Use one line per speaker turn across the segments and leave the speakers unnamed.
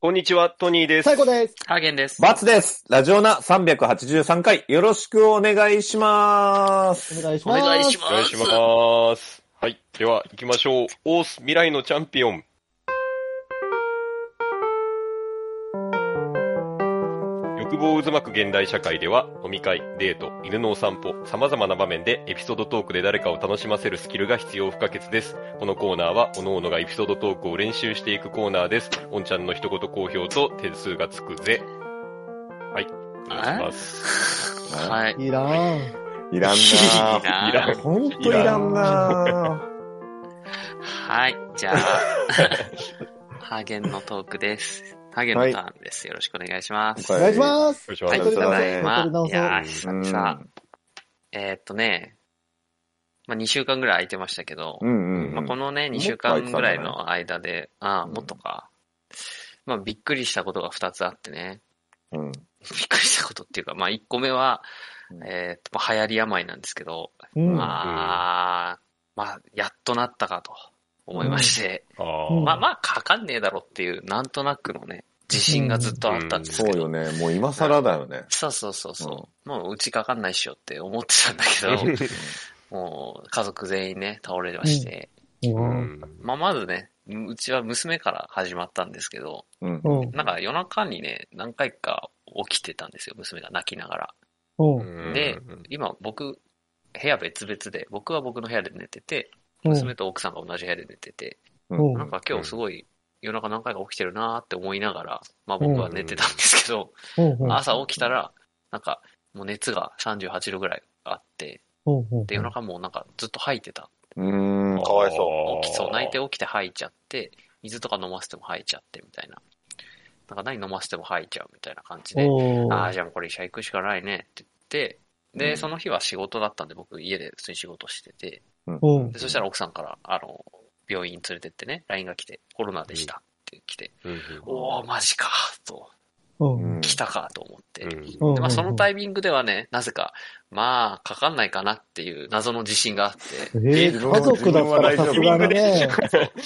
こんにちは、トニーです。
最高です。
ハーゲンです。
バツです。ラジオナ383回、よろしくお願いします。
お願いし
お
ます。
願いし
お
ます。
願いします。はい。では、行きましょう。オース未来のチャンピオン。欲望を渦巻く現代社会では、飲み会、デート、犬のお散歩、様々な場面でエピソードトークで誰かを楽しませるスキルが必要不可欠です。このコーナーは、各々がエピソードトークを練習していくコーナーです。おんちゃんの一言好評と点数がつくぜ。はい。お願いします。
はい。
いいなぁ。
いらんなぁ。
いい
いら
なん
ほんといらんなぁ。
はい。じゃあ、 ハーゲンのトークです。ハーゲンのターンです。よろしくお願いします。
お願いし
す。
ます。
お
は
願
い、
い
た
します。
だいま
撮り直。
い
そう
やー、久
うん
々。えーっとね、まあ2週間ぐらい空いてましたけど、
うんうん
まあ、このね、2週間ぐらいの間で、ああ、もっとか。まあ、びっくりしたことが2つあってね。
うん。
びっくりしたことっていうか、まあ、1個目は
う、ん
えーっと、まあ流行り病なんですけど、
うん
まあ、まあ、やっとなったかと思いまして、
あ
う
ー
ん
まあ、まあ、かかんねえだろっていう、なんとなくのね、自信がずっとあったんです
そ
け
う
ど、
よね。もう今更だよね。
そうそうそうそう、もううちかかんないっしょって思ってたんだけど、もう家族全員ね、倒れまして、
うん。
まあ、まずね、うちは娘から始まったんですけど、
うん。
うん。
なんか夜中にね、何回か起きてたんですよ、娘が泣きながら。
うん。
で、今僕、部屋別々で、僕は僕の部屋で寝てて、娘と奥さんが同じ部屋で寝てて、
うん。
なんか今日すごい夜中何回か起きてるなーって思いながら、まあ僕は寝てたんですけど、
うん。 うん。
朝起きたら、なんかもう熱が38度ぐらいあって、
うん。
で夜中もうなんかずっと吐いてた。
うん。
かわいそ
起きそう、泣いて起きて吐いちゃって、水とか飲ませても吐いちゃってみたいな。なんか何飲ませても吐いちゃうみたいな感じで、
お
ああ、
ー
じゃあもうこれ医者行くしかないねって言って、で、
うん
その日は仕事だったんで僕家で普通に仕事してて、
うん。
でそしたら奥さんから、あの、病院連れてってね、LINE が来て、コロナでしたって来て、
うん
おおマジか、と、
うん。
来たかと思って。
うん
うん。
でまあ、そのタイミングではね、なぜか、まあ、かかんないかなっていう謎の自信があっ
えー、家族だったらさすがにね。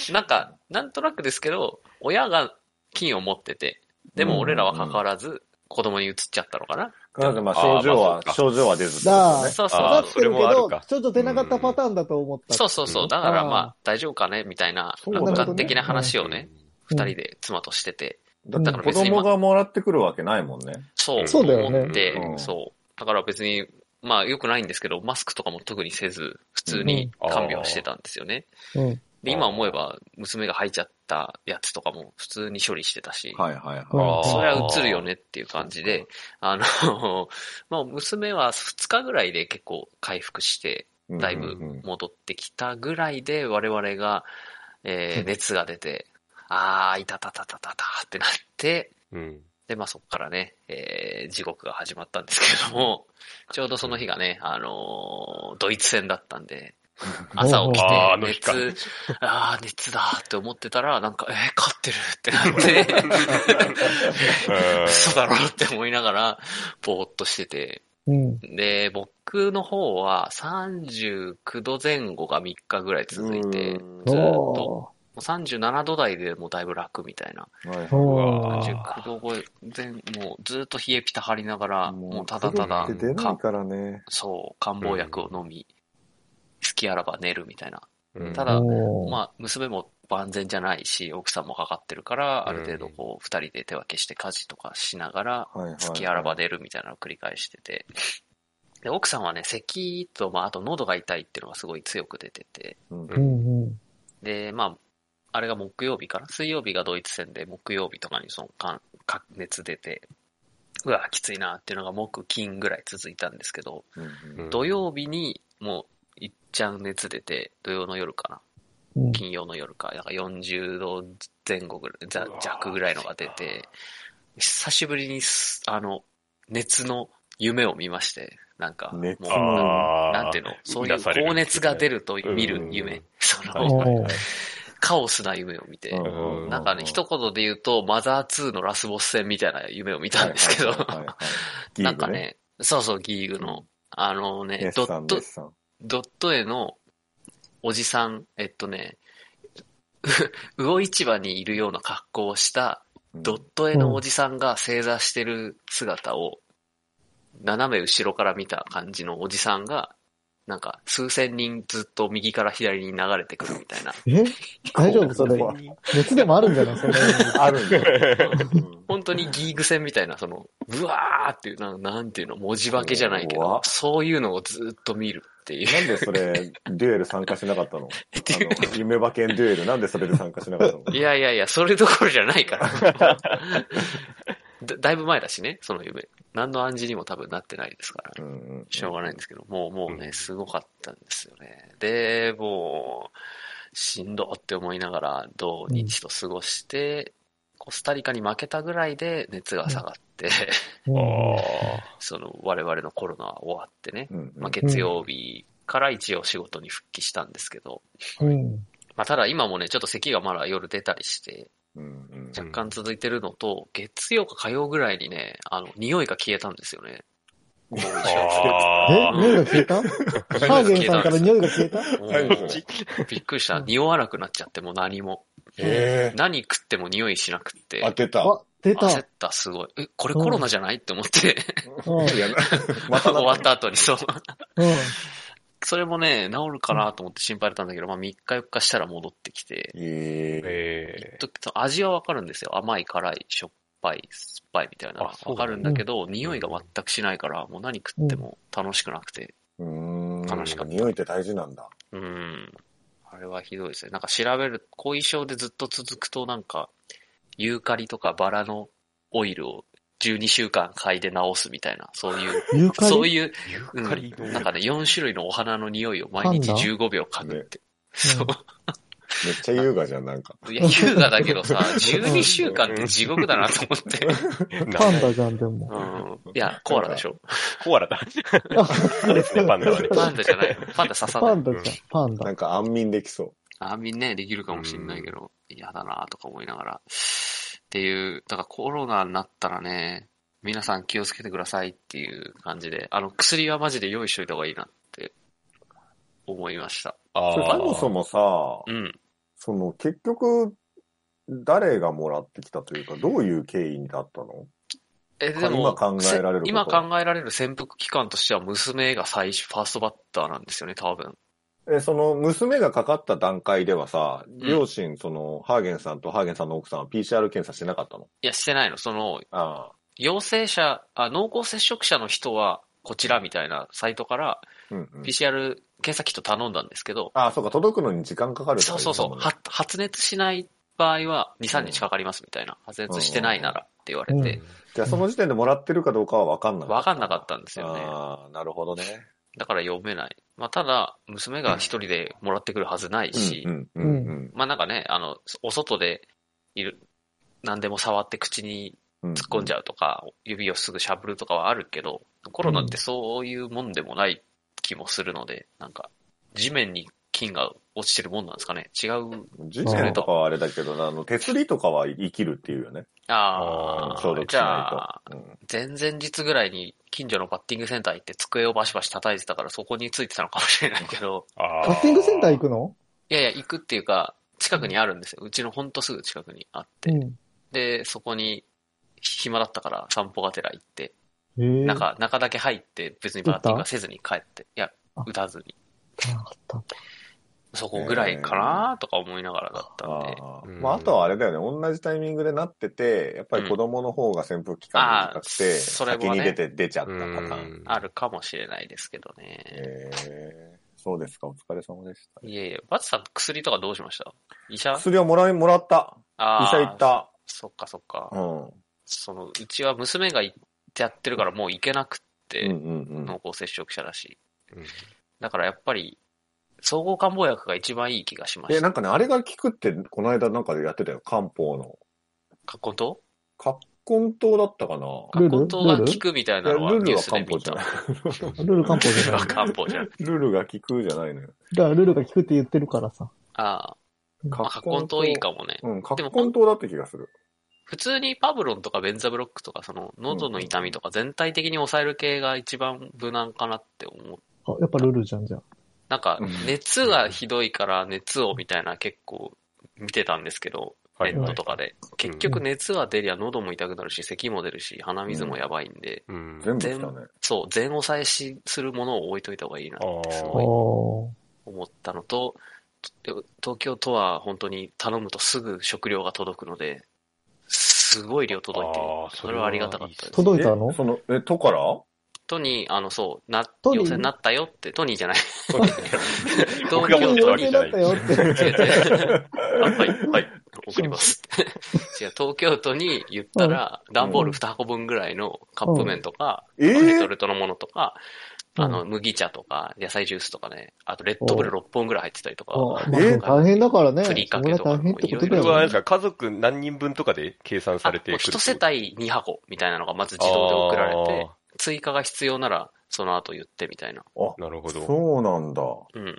て、なんか、なんとなくですけど、親が菌を持ってて、でも俺らは関わらず、子供に移っちゃったのかな、
なんかまあ症状
あーまあそう
は
か、
症状は出ずってこ
だ
と
あ
ね。
そうそう
あー
なってるけ
それもある
ど
か、
症状出なかったパターンだと思った。
そうそうそうう。
ん
だからま
あ
あ、大丈夫かねみたいな、
そう
だ
楽観的な話を
うん
ね、
う
二
ん
人で妻としてて、
だ
ん
って子供がもらってくるわけないもんね。
そう、
そうだよね
思って、
うん
そう。だから別に、まあ良くないんですけど、マスクとかも特にせず、普通に看病してたんですよね。
うん。
で、今思えば、娘が吐いちゃったやつとかも普通に処理してたし、
はいはいは
あ
い。
ー
それは映るよねっていう感じで、あの、 まあ娘は2日ぐらいで結構回復して、
うん
だいぶ戻ってきたぐらいで我々が、えー熱が出て、あー、いたたたたたたってなって、
うん。
で、まあそこからね、えー、地獄が始まったんですけれども、ちょうどその日がね、あのードイツ戦だったんで、朝起きて
あーあ、の日か
熱、ああ、熱だーって思ってたら、なんか、えー、勝ってるってなって、嘘だろって思いながら、ぼーっとしてて、
うん。
で、僕の方は39度前後が3日ぐらい続いて、
う
ずーっと、
ん
も
お
う37度台でもうだいぶ楽みたいな。
はいはい
ー。おー。
39度超え、全、もうずっと冷えピタ張りながら、もうただた
だ
だ
出、ないからね。
そう、漢方薬を飲み、好きあらば寝るみたい
う
な。
ん
ただ
おー
まあ、娘も万全じゃないし、奥さんもかかってるから、ある程度こう、二人で手分けして家事とかしながら、
はいはい。
好きあらば寝るみたいなのを繰り返してて。で、奥さんはね、咳と、まあ、あと喉が痛いっていうのがすごい強く出てて。
う
う
ん。
んうん。
で、まあ、あれが木曜日かな水曜日がドイツ戦で、木曜日とかにその、かか熱出て、うわ、きついなっていうのが木、金ぐらい続いたんですけど、
うん
うん
土曜日にもう、いっちゃん熱出て、土曜の夜かな
うん
金曜の夜か、なんか40度前後ぐらい、ざ
うわー
弱ぐらいのが出て、久しぶりにす、あの、熱の夢を見まして、なんか、もう
熱、
あー
なんていうの、そうい
乱
う
される
高熱が出ると見る
う
夢
ん、
そ
はい
の、
はい
お
はい
カオスな夢を見て、
うん
なんかね、一言で言うと、マザー2のラスボス戦みたいな夢を見たんですけど、 なんか、ね、そうそう、ギーグの、あのね、ド
ド
ッ
ッ
ト
ト、。
ドット絵のおじ さん、えっとね、う魚市場にいるような格好をしたドット絵のおじさんが正座してる姿を、斜め後ろから見た感じのおじさんが、なんか、数千人ずっと右から左に流れてくるみたいな。
え大丈夫それ。熱でもあるんじゃないそれ。
ある んだ。
うん本当にギーグ戦みたいな、その、ブワーっていう、なんなんていうの、文字化けじゃないけ
う
ど
わ、
そういうのをずっと見るっていう。
なんでそれ、デュエル参加しなかったの
デュエル
あの夢馬券デュエル、なんでそれで参加しなかった の
いやいやいや、それどころじゃないから。だだいぶ前だしね、その夢。何の暗示にも多分なってないですから。
うんうん
しょうがないんですけど、もう、もう
う
ね、
ん
すごかったんですよね。で、もう、しんどって思いながら、土日と過ごして、コスタリカに負けたぐらいで熱が下がって、
うん
その、我々のコロナは終わってね、
うんうん
まあ、月曜日から一応仕事に復帰したんですけど、
うん。
まあ、ただ今もね、ちょっと咳がまだ夜出たりして、
うんうん
若干続いてるのと、月曜か火曜ぐらいにね、あの、匂いが消えたんですよね。後遺症
え
あー
匂いが消えたハーゲンさんから匂いが消えた
大丈夫
びっくりした。匂わなくなっちゃって、もう何も。
え
何食っても匂いしなくって
え。当てた。
あ、出た。
焦った、すごい。え、これコロナじゃないって思って、
うん。うん
いやなまた
終
な
わった後にそう。それもね、治るかなと思って心配だったんだけど、まあ3日4日したら戻ってきて、
え
え
と味はわかるんですよ。甘い、辛い、しょっぱい、酸っぱいみたいなの
あ
は
そう
わ
だ
か
ね
るんだけど、匂いが全くしないから、もう何食っても楽しくなくて。
え。うん。
悲しかった
匂いって大事なんだ。
うん。あれはひどいですね。なんか調べる、後遺症でずっと続くとなんか、ユーカリとかバラのオイルを12週間嗅いで治すみたいな、そう いう、
ユーカリ
そういう、
ー、ユ
う
ーカリ
ん
の、
なんかね、4種類のお花の匂いを毎日
パンダ
15秒嗅ぐって。そう。
めっちゃ優雅じゃん、なんか。
いや、優雅だけど さ、12週間って地獄だなと思って。
パン
ダ。
ダじゃん、でも。
うん。いや、コアラでしょ
コアラだ。そうですね、パンダはね。
パンダじゃない。パンダ刺さな
パ
い
ン。ダじゃん、パン
な
ダ。
んか安眠できそ
あみんね、できるかもしんないけど、嫌だなとか思いながら。っていう、だからコロナになったらね、皆さん気をつけてくださいっていう感じで、あの、薬はマジで用意しといた方がいいなって思いました。
あ
う。それそもそもさ、
うん。
その結局、誰がもらってきたというか、どういう経緯だったの
え、
か今考えられること
せ今考えられる潜伏期間としては娘が最初、ファーストバッターなんですよね、多分。
え、その、娘がかかった段階ではさ、両親、その、ハーゲンさんとハーゲンさんの奥さんは PCR 検査してなかったの
いや、してないの。その、
ああ。
陽性者、あ、濃厚接触者の人は、こちらみたいなサイトから
うん、うん。
PCR 検査キット頼んだんですけど、
ああ、そうか、届くのに時間かかると
そ
か
うそうそう。
言ってたもんね
は発熱しない場合は、2、3日かかりますみたいな。発熱してないならって言われて、
じゃあ、その時点でもらってるかどうかは分かんなかった。
わかんなかったんですよね。
ああ、なるほどね。
だから読めない。まあ、ただ、娘が一人でもらってくるはずないし、
うん、うん、うん
まあ、なんかね、あの、お外でいる、何でも触って口に
うん。
突っ込んじ
ゃ
ゃうとか、指をすぐしゃぶるとかはあるけど、コロナってそういうもんでもない気もするので、なんか、地面に菌が落ちてるもんなんですかね。違う。
うん。人生とかはあれだけど、あの、手すりとかは生きるっていうよね。
ああ、
消毒し
じゃあ
な、いと。うん
前々日ぐらいに近所のバッティングセンター行って机をバシバシ叩いてたからそこについてたのかもしれないけど、
バ
バッティングセンター行く
の
の
いやいや、行くっていうか、近くにあるんですよ。うちのほんとすぐ近くにあって。
うん。
で、そこに暇だったから散歩がてら行って、
えー
中、中だけ入って別にバッティングはせずに帰って、いや、打たずに。
なかった
そこぐらいかなとか思いながらだったんで。
ああ
うん
まあ、あとはあれだよね。同じタイミングでなってて、やっぱり子供の方が潜伏期間が短くて、
うんああそれはね
先に出て出ちゃったパター
ん
ン。
あるかもしれないですけどね。
ええそうですか。お疲れ様でした。
いえいえ、バツさん薬とかどうしました医者
薬をもらい、もらった。
あ
医
ー
者行った。
そっかそっか。
うん。う
その、うちは娘が行ってやってるからもう行けなくって、
んうんうん。
濃厚接触者だし。
うん
だからやっぱり、総合漢方薬が一番いい気がしま
え、
し
な
た。
んかね、あれが効くって、この間なんかでやってたよ。漢方の。
カコと
葛根湯だったかな
カ
ルール
コとが
ルー
効
ル
くみたい
い
な
や
のは
ル
ニュー
ルは
スで
漢方
見
じ
た
ゃない。。
ルール漢方
ル
じ
ル
ゃな
は
い。だか
漢方じゃん。
ルルが効くじゃないのよ。
らルールが効くって言ってるからさ。
ああ、まあ、カ
根
コといいかもね。
うん、
でも
葛根湯だった気がする。
普通にパブロンとかベンザブロックとか、その喉の痛みとか全体的に抑える系が一番無難かなって思う。
あ、やっぱルールじゃん、じゃあ。
なんか
うん、
熱がひどいから熱をみたいな結構見てたんですけど、
は
ネ
い
ットとかで。結局熱は出りゃ喉も痛くなるし、咳も出るし、鼻水もやばいんで、
うん。
全部来たね。
そう、全抑えしするものを置いといた方がいいなってす
は
ごい
おー。
思ったのと、と東京都は本当に頼むとすぐ食料が届くので、すごい量届いてる
あー、
それはありがたかったです。
届いたの
えその、え、都から
都に、あの、そう、な、
都に
陽性になったよって、都にじゃない。
僕が持ってるわ
予
け
定
じゃな
だっ
い
た。よって。
違う違うあはい、はい、送ります。 違う、東京都に言ったら、段ボール2箱分ぐらいのカップ麺とか、
うんえー
レトルトのものとか、
うん
あの、麦茶とか、野菜ジュースとかね、あとレッドブル6本ぐらい入ってたりとか、
あーまあ
え
大変だからね。
ふりかけとか
それは大変ってこと
それ
だ
はあれで
よ
す
ね。
か、家族何人分とかで計算さ
あ
れて
もう
くる
1世帯2箱みたいなのがまず自動で送られて、追加が必要なら、その後言ってみたいな。
あーなるほど。
そうなんだ。
うん。
え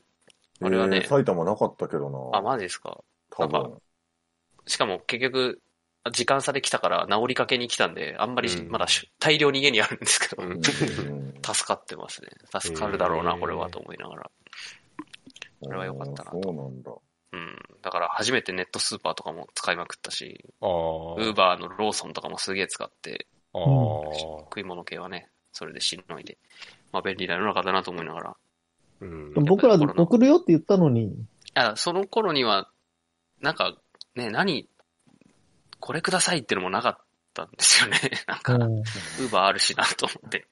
あれはね
ー埼玉なかったけどな。
あ、マジですか。
多
なん
分。
しかも結局、時間差で来たから治りかけに来たんで、あんまり
うん
まだし、大量に家にあるんですけど、
うん
うん
助かってますね。助かるだろうな、
へー
これはと思いながら。それは良かったな
そうなんだ。
うん。だから初めてネットスーパーとかも使いまくったし、
あ
ウー
ー
バーのローソンとかもすげえ使って、
あー。
食い物系はね、それでしのいで。まあ便利な世の中だなと思いながら。
うん。
僕ら送るよって言ったのに、
あその頃には、なんか、ね、何、これくださいってのもなかったんですよね。なん
う
か、
ん。
ウ
うん
ーバーあるしなと思って。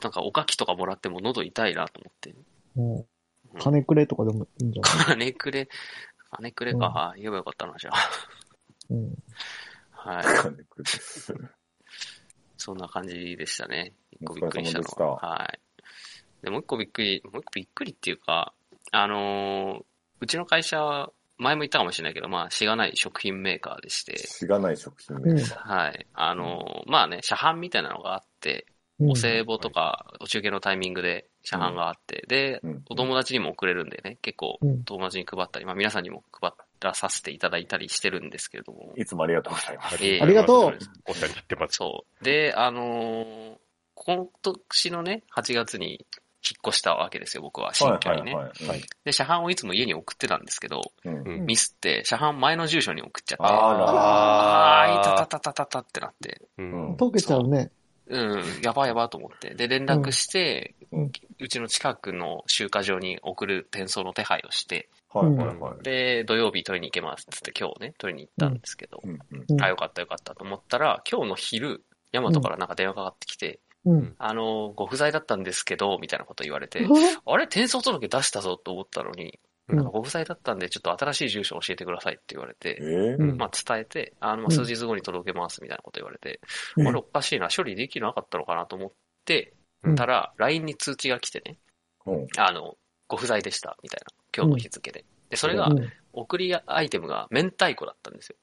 なんかおかきとかもらっても喉痛いなと思って。
うん金くれとかでもいいんじゃない
金くれ、金くれか、言えばよかったな、じゃあ。
うん。
はい。そんな感じでしたね。一個びっくりしたの
お疲れ様
は。
でした
はい。で、もう一個びっくり、もう一個びっくりっていうか、あのーうちの会社は、前も言ったかもしれないけど、まあ、しがない食品メーカーでして、
しがない食品
う
名
ん。
はい。あのーまあね、車販みたいなのがあって、
うん
お歳暮とか、お中継のタイミングで車販があって、で、
うん
お友達にも送れるんでね、結構
うん、
友達に配ったり、まあ皆さんにも配らさせていただいたりしてるんですけれども。
いつもありがとうございます。
ええ
ありがとう
お世話になってます。
そう。で、あのー今年のね、8月に引っ越したわけですよ、僕は。新居にね。
はいはい。
で、車販をいつも家に送ってたんですけど、
うん
うん
ミスって、車販前の住所に送っちゃって。
あら
あーいたた
た。
たたたたってなって。
うん。
溶けちゃうね。
うん、やばいやばいと思って。で、連絡して、
うんうん
うちの近くの集荷場に送る転送の手配をして、
はいはいはい。
で、土曜日取りに行けますっつって今日ね、取りに行ったんですけど、
うんうん
うん
あ、よかったよかったと思ったら、今日の昼、ヤマトからなんか電話かかってきて、
うん。
あの、ご不在だったんですけど、みたいなこと言われて、あれ転送届出したぞと思ったのに、
うん
なんかご不在だったんで、ちょっと新しい住所教えてくださいって言われ
え
て、
ー
うん
まあ伝えて、あの、まあ数日後に届けますみたいなこと言われて、
うん
あれおかしいな、処理できなかったのかなと思って
うん、
たら、LINE に通知が来てね、
うん
あの、ご不在でした、みたいな、今日の日付で。で、それが
う、ん
送りアイテムが明太子だったんですよ。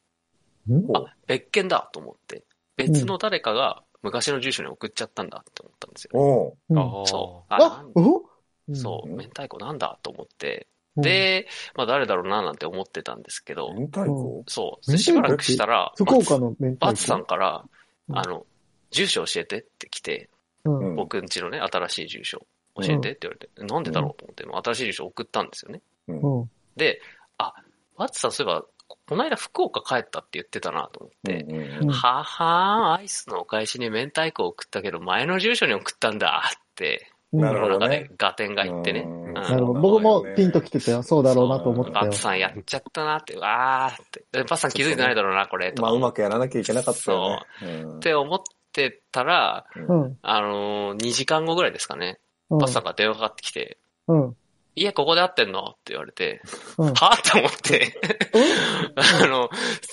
うん
ほう
あ、別件だと思って、別の誰かが昔の住所に送っちゃったんだって思ったんですよ。
おう
うん
そう。
あ
なん、
おうん
そう、
うん
明太子なんだと思って、
うん
で、まあ誰だろうななんて思ってたんですけど、
明太子
そう、で
明太
し
子
ばらくしたら、
福岡の明
バ
太
ツさん
子。
から、
うん
あの、住所教えてって来て、
うん
うん
僕ん家のね、新しい住所教えてって言われて、なんでだろうと思って、まあ新しい住所送ったんですよね。
うん。
で、あ、バツさんそういえば、ここの間福岡帰ったって言ってたなと思って、
うんうん
うん
ははーん、アイスのお返しに明太子を送ったけど、前の住所に送ったんだって、
うん
な
世
る
の
ほど
中
ね
でガテンが言ってね。
うん
うん
なるほど。僕もピンときてたよ。そうだろうなと思ってた
バ
よ
ッツ。さんやっちゃったなって、わーって。でバッツさん気づいてないだろうな、これ、と
まあ、
か
う
っ
まくやらなきゃいけなかったよね。うん
て思ってたら、
うん。
あのー、2時間後ぐらいですかね、
うん
バッツさんが電話かかってきて、
うん。
家ここで会ってんのって言われて、
うん
はぁと思って、 あの、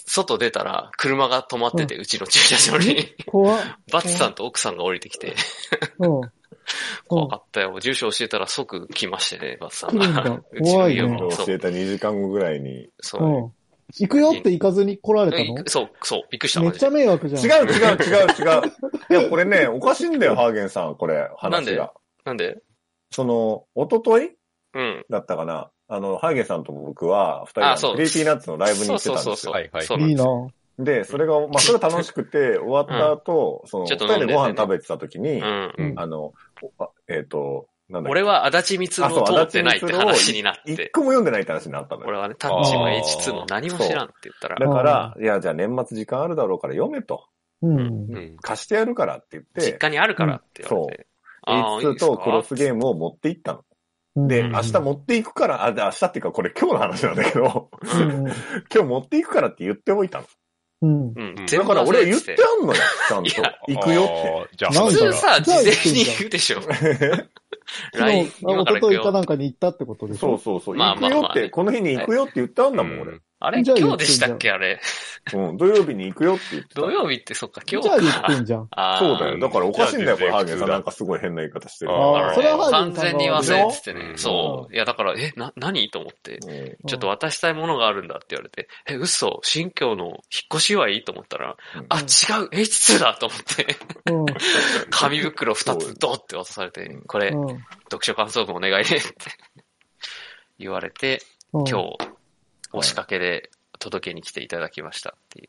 外出たら、車が止まってて、うちの駐車場に、
怖っ。
バッツさんと奥さんが降りてきて、
うん。
怖かったよ。住所教えたら即来ましてね、バツさん
来るんだ
が。うちの家
怖い
も。
教
そう
え。た2時間後ぐらいに。
そうう。
ん。行くよって行かずに来られた
いそう、そう、びっくりした。
のめっ
マジ
ち
で
ゃ迷惑じゃん。
違う違う違う違う。 いや、これね、おかしいんだよ、ハーゲンさん、これ、
なん
話
で
が。
なんで
その、おととい
うん。
だったかな。あの、ハーゲンさんと僕は、二
あそ
人
う
でクリーピーナッツのライブに行ってたん
そうそう
です
そ
よ
う。
はいはい
そう
いいな。
で、それが、まあ、それは楽しくて、終わった後、その、
ちょ
二
っと飲んでて
人で
ね
ご飯食べてた時に
う、ん。
あの、おあえっと、なん だっけ
俺、は足立光郎を通ってないって話になっ
一
て、
個も読んでないって話になったのよ。
俺はね、タッチも H2 も何も知らんって言った
だ
ら、
から、いや、じゃあ年末時間あるだろうから読めと。
うん。
うん。
貸してやるからって言っ
実
て、
家にあるからって言われて、ああ、いい
H2
です
とクロ
か
スゲームを持っていったの。
うん
で、明日持っていくから、あ、で明日っていうかこれ今日の話なんだけど、
うん
今日持っていくからって言っておいたの。
うん。
うん、全
だ
部
から
忘
俺
れ
言ってて
て。
あんのよ、ちゃんと
いや。
行くよ
って。じゃあ、
なん
普
だ
通さ、
じ
事
ゃあ
前に言うで しょ。
って。
昨日あ一昨日か
LINE 今から行く
な
よ。
んかに行ったってことでし
そう
ょ
そうそう。
まあ
行くよ
まあ
っ
まあ
て、この日に行くよって言ったんだもん、
うん
俺。
あれ
じゃあ言ってんじゃん
今日でしたっけあれ。
うん、土曜日に行くよって言ってた。
土曜日ってそっか、
じゃ
今
あ
日
言っ
か。
てんじゃん。
あ
そうだ
ー
よ。だからおかしいんだよ、こ
じゃ
れ、
あ
ハーゲン
全然普通
さん。
だ
なんかすごい変な言い方してる。
あー
ああ、それはハーゲ
完
ンさん
全に
が
忘れてて
う
ね。
ん
そう。いや、だから、え、な、何と思って。
うん
ちょっと渡したいものがあるんだって言われて、え、嘘新居の引っ越し祝いと思ったら、
うん
あ、違う !H2 だと思って、
うん
紙袋二つドって渡されて
うん、
これ、
うん
読書感想文お願いねって言われて、
うん
今日、押しかけで届けに来ていただきましたっていう。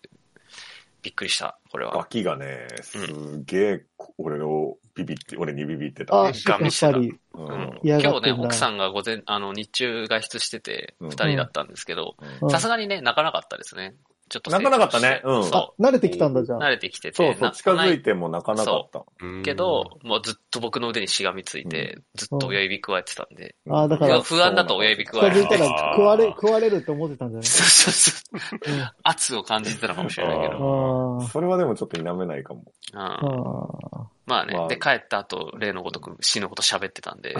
びっくりした、これ
ガ
は。
キがね、すげえ、俺をビビって、俺にビビってた。
あ、や
う
ガミ
っ
して
ぱ
た
り。
ん
うん、
嫌
今
がっ
日
て
ね、
んだ
奥さんが午前、あの、日中外出してて、
うん
二人だったんですけど、
うん
さすがにね、泣かなかったですね。ちょっと
泣かなかった
成
ね
長して
うん
あ
そ、
慣れてきたんだじゃ
う。
ん。
慣れてきてて。
そうそう、
な
近づいても泣かなかった。
うん
けど、もうずっと僕の腕にしがみついて、ずっと親指くわえてたんで、
あだか
い
ら
や不安だと親指く
近
わえ
づい
て
たら食われ、
あー
食われるって思ってたんじゃない
そうそうそう。圧を感じてたのかもしれないけど。
あー
それはでもちょっと否めないかも。
うん
あー。
まあね、
まあ
で、帰った後、例のごとく死のこと喋ってたんで、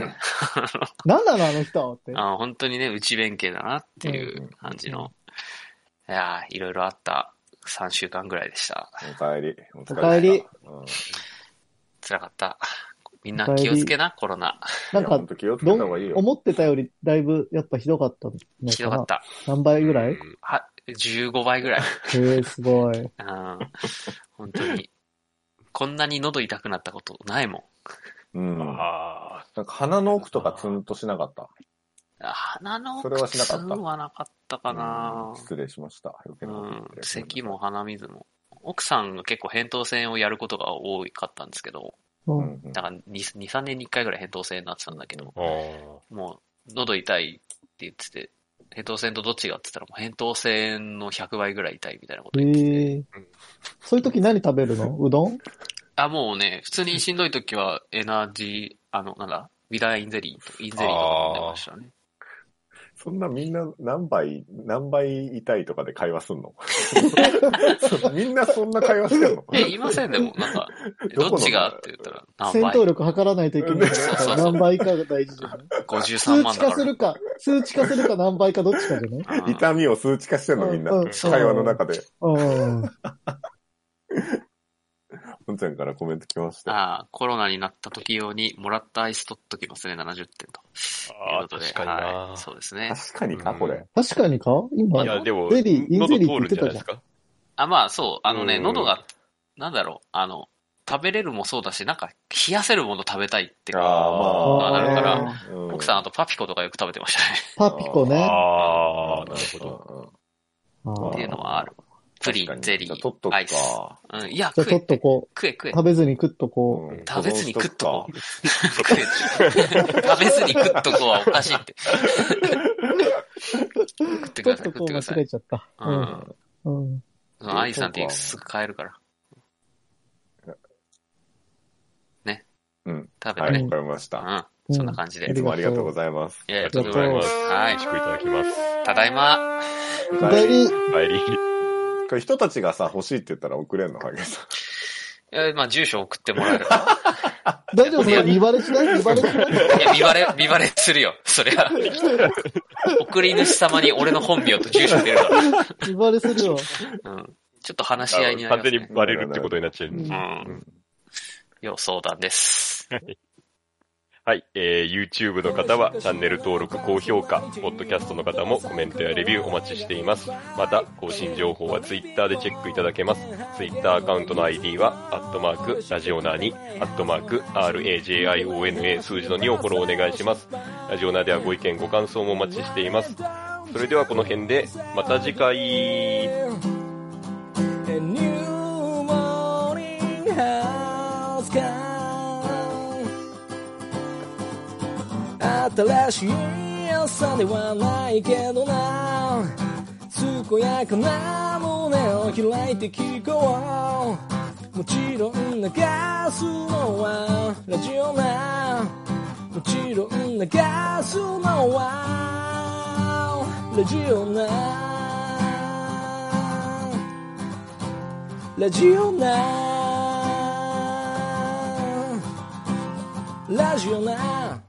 なんなのあの人はって。
あ本当にね、内弁慶だなっていう感じの。いやーいろいろあった3週間ぐらいでした。
お帰り。お
お帰り。
うん
辛かった。みんな
お帰
気
り
をつけな、コロナ。
な
なんん
か、ほ
か
ん、と気をつけ
ど
た
ん
方がいいよ。
思ってたよりだいぶやっぱひどかったのな
ひどかった。
何倍ぐらいへ
うん
は、15倍ぐらい。
え、すごい。
うん。本当に。こんなに喉痛くなったことないもん。
うん。なん
あ
か鼻の奥とかツンとしなかった。
鼻の
それはしなかった
奥はなかったかな
うん失礼しました。余計
う
なこと言っ
ん
て。
咳も鼻水も。奥さんが結構扁桃腺をやることが多かったんですけど、
う。
うんんうん
だから 2, 2、3年に1回ぐらい扁桃腺になってたんだけど、
あ。あ
もう喉痛いって言ってて、扁桃腺とどっちがって言ったらもう扁桃腺の100倍ぐらい痛いみたいなこと言ってて。
へえ。そういう時何食べるのうどん
あ、もうね、普通にしんどい時はエナジー、 あの、なんだ、ビダインゼリーと、インゼリーとか飲んでましたね。
そんなみんな何倍、何倍痛いとかで会話すんのみんなそんな会話してんの
え、言いませんでも、なんか、
どこの
どっちがって言ったら、何
戦
倍
闘力測らないといけない
そうそうそ
か
う
ら、何倍かが大事じゃない
53
数
万
値
だ
化
か
す
ら。
るか、数値化するか何倍かどっちかじゃない
うん
痛みを数値化してんのみんな
うんうん。そう
会話の中で。
うん。
うんちゃんからコメント来ました。
ああ、コロナになった時用に、もらったアイス取っときますね、70点と。
ああ、
ということで
確かにな。
はい。そうですね。
確かにか、
うん
これ。
確かにか今、
いや、でも、
ゼリーインゼリー
喉通るんじゃないですか。
あ、まあそう、あのね、
うん
喉が、なんだろう、あの、食べれるもそうだし、なんか、冷やせるもの食べたいっていうか、
ああ、まあ。
なるから
ね、う
奥さんあとパピコとかよく食べてましたね。
パピコね。
ああ、なるほど。
ど。
あ
うん
っていうのはある。プリン、ゼリ
じゃあ取っと
ー、
くか
アイス。うん、いや、
じゃあ
食
ちょ
え
っ、とこ
食え、食え
う、。食べずに食っとこ
うん
食べずに食っとこ
保存し
食え。食べずに食っとこうはおかしいって。食って
う。
く
ちょっと
ださい、食
こう
ってくだ
忘
さい
れ。ちゃった。
う
うん
ん。
うん。
そのアイさんってすぐ買えるから。ね。
うん。
食
と
べて
くかは
ね。
い、わかりました。
うん。そんな感じで。
う
い
ん
つもありがとうございます。
ええ
ありがとうございます
はい
美味。しくいただきます。
ただいま。
お帰り。
お帰り。
これ人たちがさ、欲しいって言ったら送れんの、ハゲさん。
えーまあ、住所送ってもらえる。
大丈夫それ見バレしない見バレしない
いや、見バレ、 見バレするよ。そりゃ。送り主様に俺の本名と住所出るか
見バレするよ。
ら。うん。ちょっと話し合いになり
完
ます、
全に
ね。
バレるってことになっちゃう。
うん
うん。要相談です。
はい、えー、YouTube の方はチャンネル登録、高評価、Podcast の方もコメントやレビューお待ちしています。また、更新情報は Twitter でチェックいただけます。Twitter アカウントの ID は、アットマーク、ラジオナーに、アットマーク、RAJIONA 数字の2をフォローお願いします。ラジオナーではご意見、ご感想もお待ちしています。それではこの辺で、また次回。
A new morning has come. 新しい朝ではないけどな健やかな胸を開いて聞こうもちろん流すのはラジオなもちろん流すのはラジオなラジオなラジオな